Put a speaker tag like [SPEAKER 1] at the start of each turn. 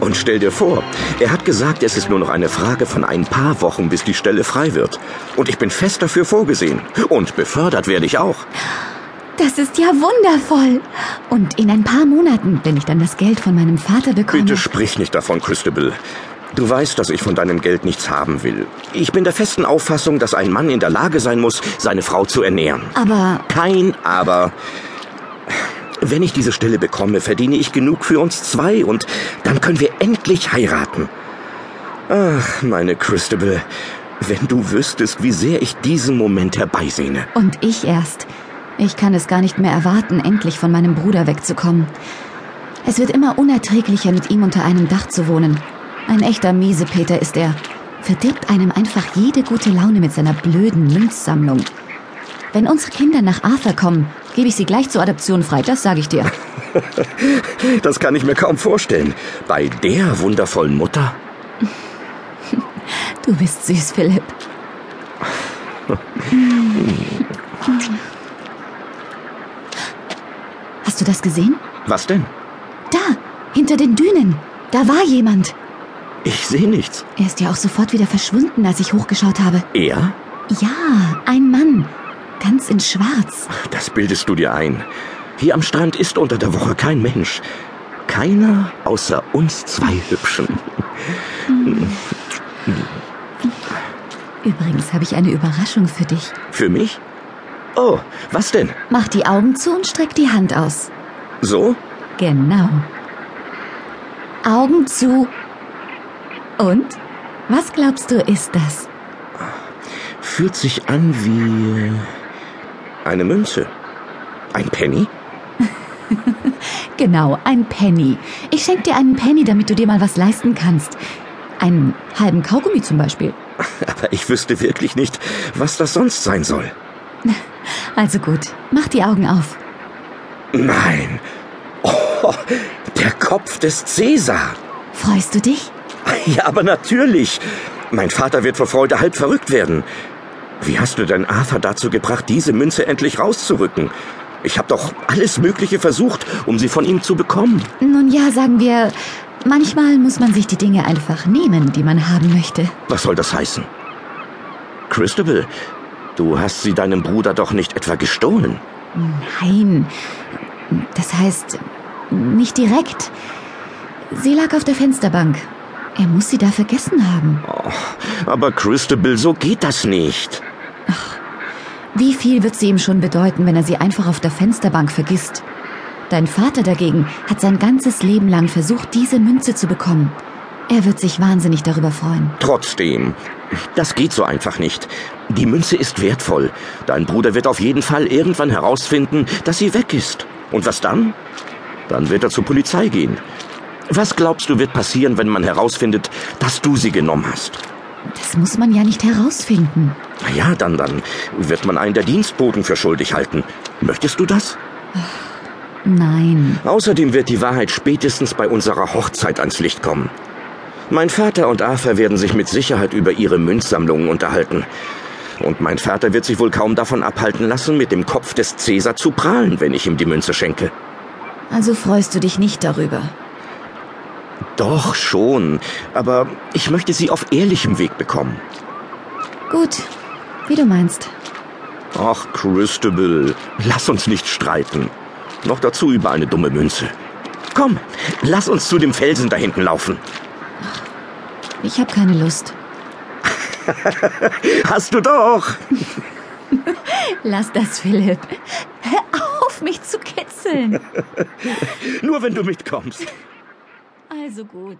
[SPEAKER 1] Und stell dir vor, er hat gesagt, es ist nur noch eine Frage von ein paar Wochen, bis die Stelle frei wird. Und ich bin fest dafür vorgesehen. Und befördert werde ich auch.
[SPEAKER 2] Das ist ja wundervoll. Und in ein paar Monaten, wenn ich dann das Geld von meinem Vater bekomme.
[SPEAKER 1] Bitte sprich nicht davon, Christabel. Du weißt, dass ich von deinem Geld nichts haben will. Ich bin der festen Auffassung, dass ein Mann in der Lage sein muss, seine Frau zu ernähren.
[SPEAKER 2] Aber
[SPEAKER 1] Kein Aber. Wenn ich diese Stelle bekomme, verdiene ich genug für uns zwei und dann können wir endlich heiraten. Ach, meine Christabel, wenn du wüsstest, wie sehr ich diesen Moment herbeisehne.
[SPEAKER 2] und ich erst. Ich kann es gar nicht mehr erwarten, endlich von meinem Bruder wegzukommen. Es wird immer unerträglicher, mit ihm unter einem Dach zu wohnen. Ein echter Miesepeter ist er. Verdirbt einem einfach jede gute Laune mit seiner blöden Münzsammlung. Wenn unsere Kinder nach Arthur kommen, gebe ich sie gleich zur Adoption frei, das sage ich dir.
[SPEAKER 1] Das kann ich mir kaum vorstellen. Bei der wundervollen Mutter?
[SPEAKER 2] Du bist süß, Philipp. Hast du das gesehen?
[SPEAKER 1] Was denn?
[SPEAKER 2] Da, hinter den Dünen. Da war jemand.
[SPEAKER 1] Ich sehe nichts.
[SPEAKER 2] Er ist ja auch sofort wieder verschwunden, als ich hochgeschaut habe.
[SPEAKER 1] Er?
[SPEAKER 2] Ja, ein Mann. Ganz in Schwarz.
[SPEAKER 1] Das bildest du dir ein. Hier am Strand ist unter der Woche kein Mensch. Keiner außer uns zwei Hübschen.
[SPEAKER 2] Übrigens habe ich eine Überraschung für dich.
[SPEAKER 1] Für mich? Oh, was denn?
[SPEAKER 2] Mach die Augen zu und streck die Hand aus.
[SPEAKER 1] So?
[SPEAKER 2] Genau. Augen zu. Und? Was glaubst du, ist das?
[SPEAKER 1] Fühlt sich an wie äh, eine Münze. Ein Penny?
[SPEAKER 2] Genau, ein Penny. Ich schenke dir einen Penny, damit du dir mal was leisten kannst. Einen halben Kaugummi zum Beispiel.
[SPEAKER 1] Aber ich wüsste wirklich nicht, was das sonst sein soll.
[SPEAKER 2] Also gut, mach die Augen auf.
[SPEAKER 1] Nein. Oh, der Kopf des Cäsar.
[SPEAKER 2] Freust du dich?
[SPEAKER 1] Ja, aber natürlich. Mein Vater wird vor Freude halb verrückt werden. Wie hast du denn Arthur dazu gebracht, diese Münze endlich rauszurücken? Ich habe doch alles Mögliche versucht, um sie von ihm zu bekommen.
[SPEAKER 2] Nun ja, sagen wir, manchmal muss man sich die Dinge einfach nehmen, die man haben möchte.
[SPEAKER 1] Was soll das heißen? Christabel, du hast sie deinem Bruder doch nicht etwa gestohlen.
[SPEAKER 2] Nein, das heißt, nicht direkt. Sie lag auf der Fensterbank. Er muss sie da vergessen haben.
[SPEAKER 1] Oh, Aber Christabel, so geht das nicht.
[SPEAKER 2] Wie viel wird sie ihm schon bedeuten, wenn er sie einfach auf der Fensterbank vergisst? Dein Vater dagegen hat sein ganzes Leben lang versucht, diese Münze zu bekommen. Er wird sich wahnsinnig darüber freuen.
[SPEAKER 1] Trotzdem, das geht so einfach nicht. Die Münze ist wertvoll. Dein Bruder wird auf jeden Fall irgendwann herausfinden, dass sie weg ist. Und was dann? Dann wird er zur Polizei gehen. Was glaubst du, wird passieren, wenn man herausfindet, dass du sie genommen hast?
[SPEAKER 2] Das muss man ja nicht herausfinden.
[SPEAKER 1] Na ja, dann, dann wird man einen der Dienstboten für schuldig halten. Möchtest du das?
[SPEAKER 2] Nein.
[SPEAKER 1] Außerdem wird die Wahrheit spätestens bei unserer Hochzeit ans Licht kommen. Mein Vater und Arthur werden sich mit Sicherheit über ihre Münzsammlungen unterhalten. Und mein Vater wird sich wohl kaum davon abhalten lassen, mit dem Kopf des Cäsar zu prahlen, wenn ich ihm die Münze schenke.
[SPEAKER 2] Also freust du dich nicht darüber.
[SPEAKER 1] Doch schon, aber ich möchte sie auf ehrlichem Weg bekommen.
[SPEAKER 2] Gut, wie du meinst.
[SPEAKER 1] Ach, Christabel, lass uns nicht streiten. Noch dazu über eine dumme Münze. Komm, lass uns zu dem Felsen da hinten laufen.
[SPEAKER 2] Ich habe keine Lust.
[SPEAKER 1] Hast du doch!
[SPEAKER 2] Lass das, Philipp. Hör auf, mich zu kitzeln.
[SPEAKER 1] Nur wenn du mitkommst.
[SPEAKER 2] Also gut.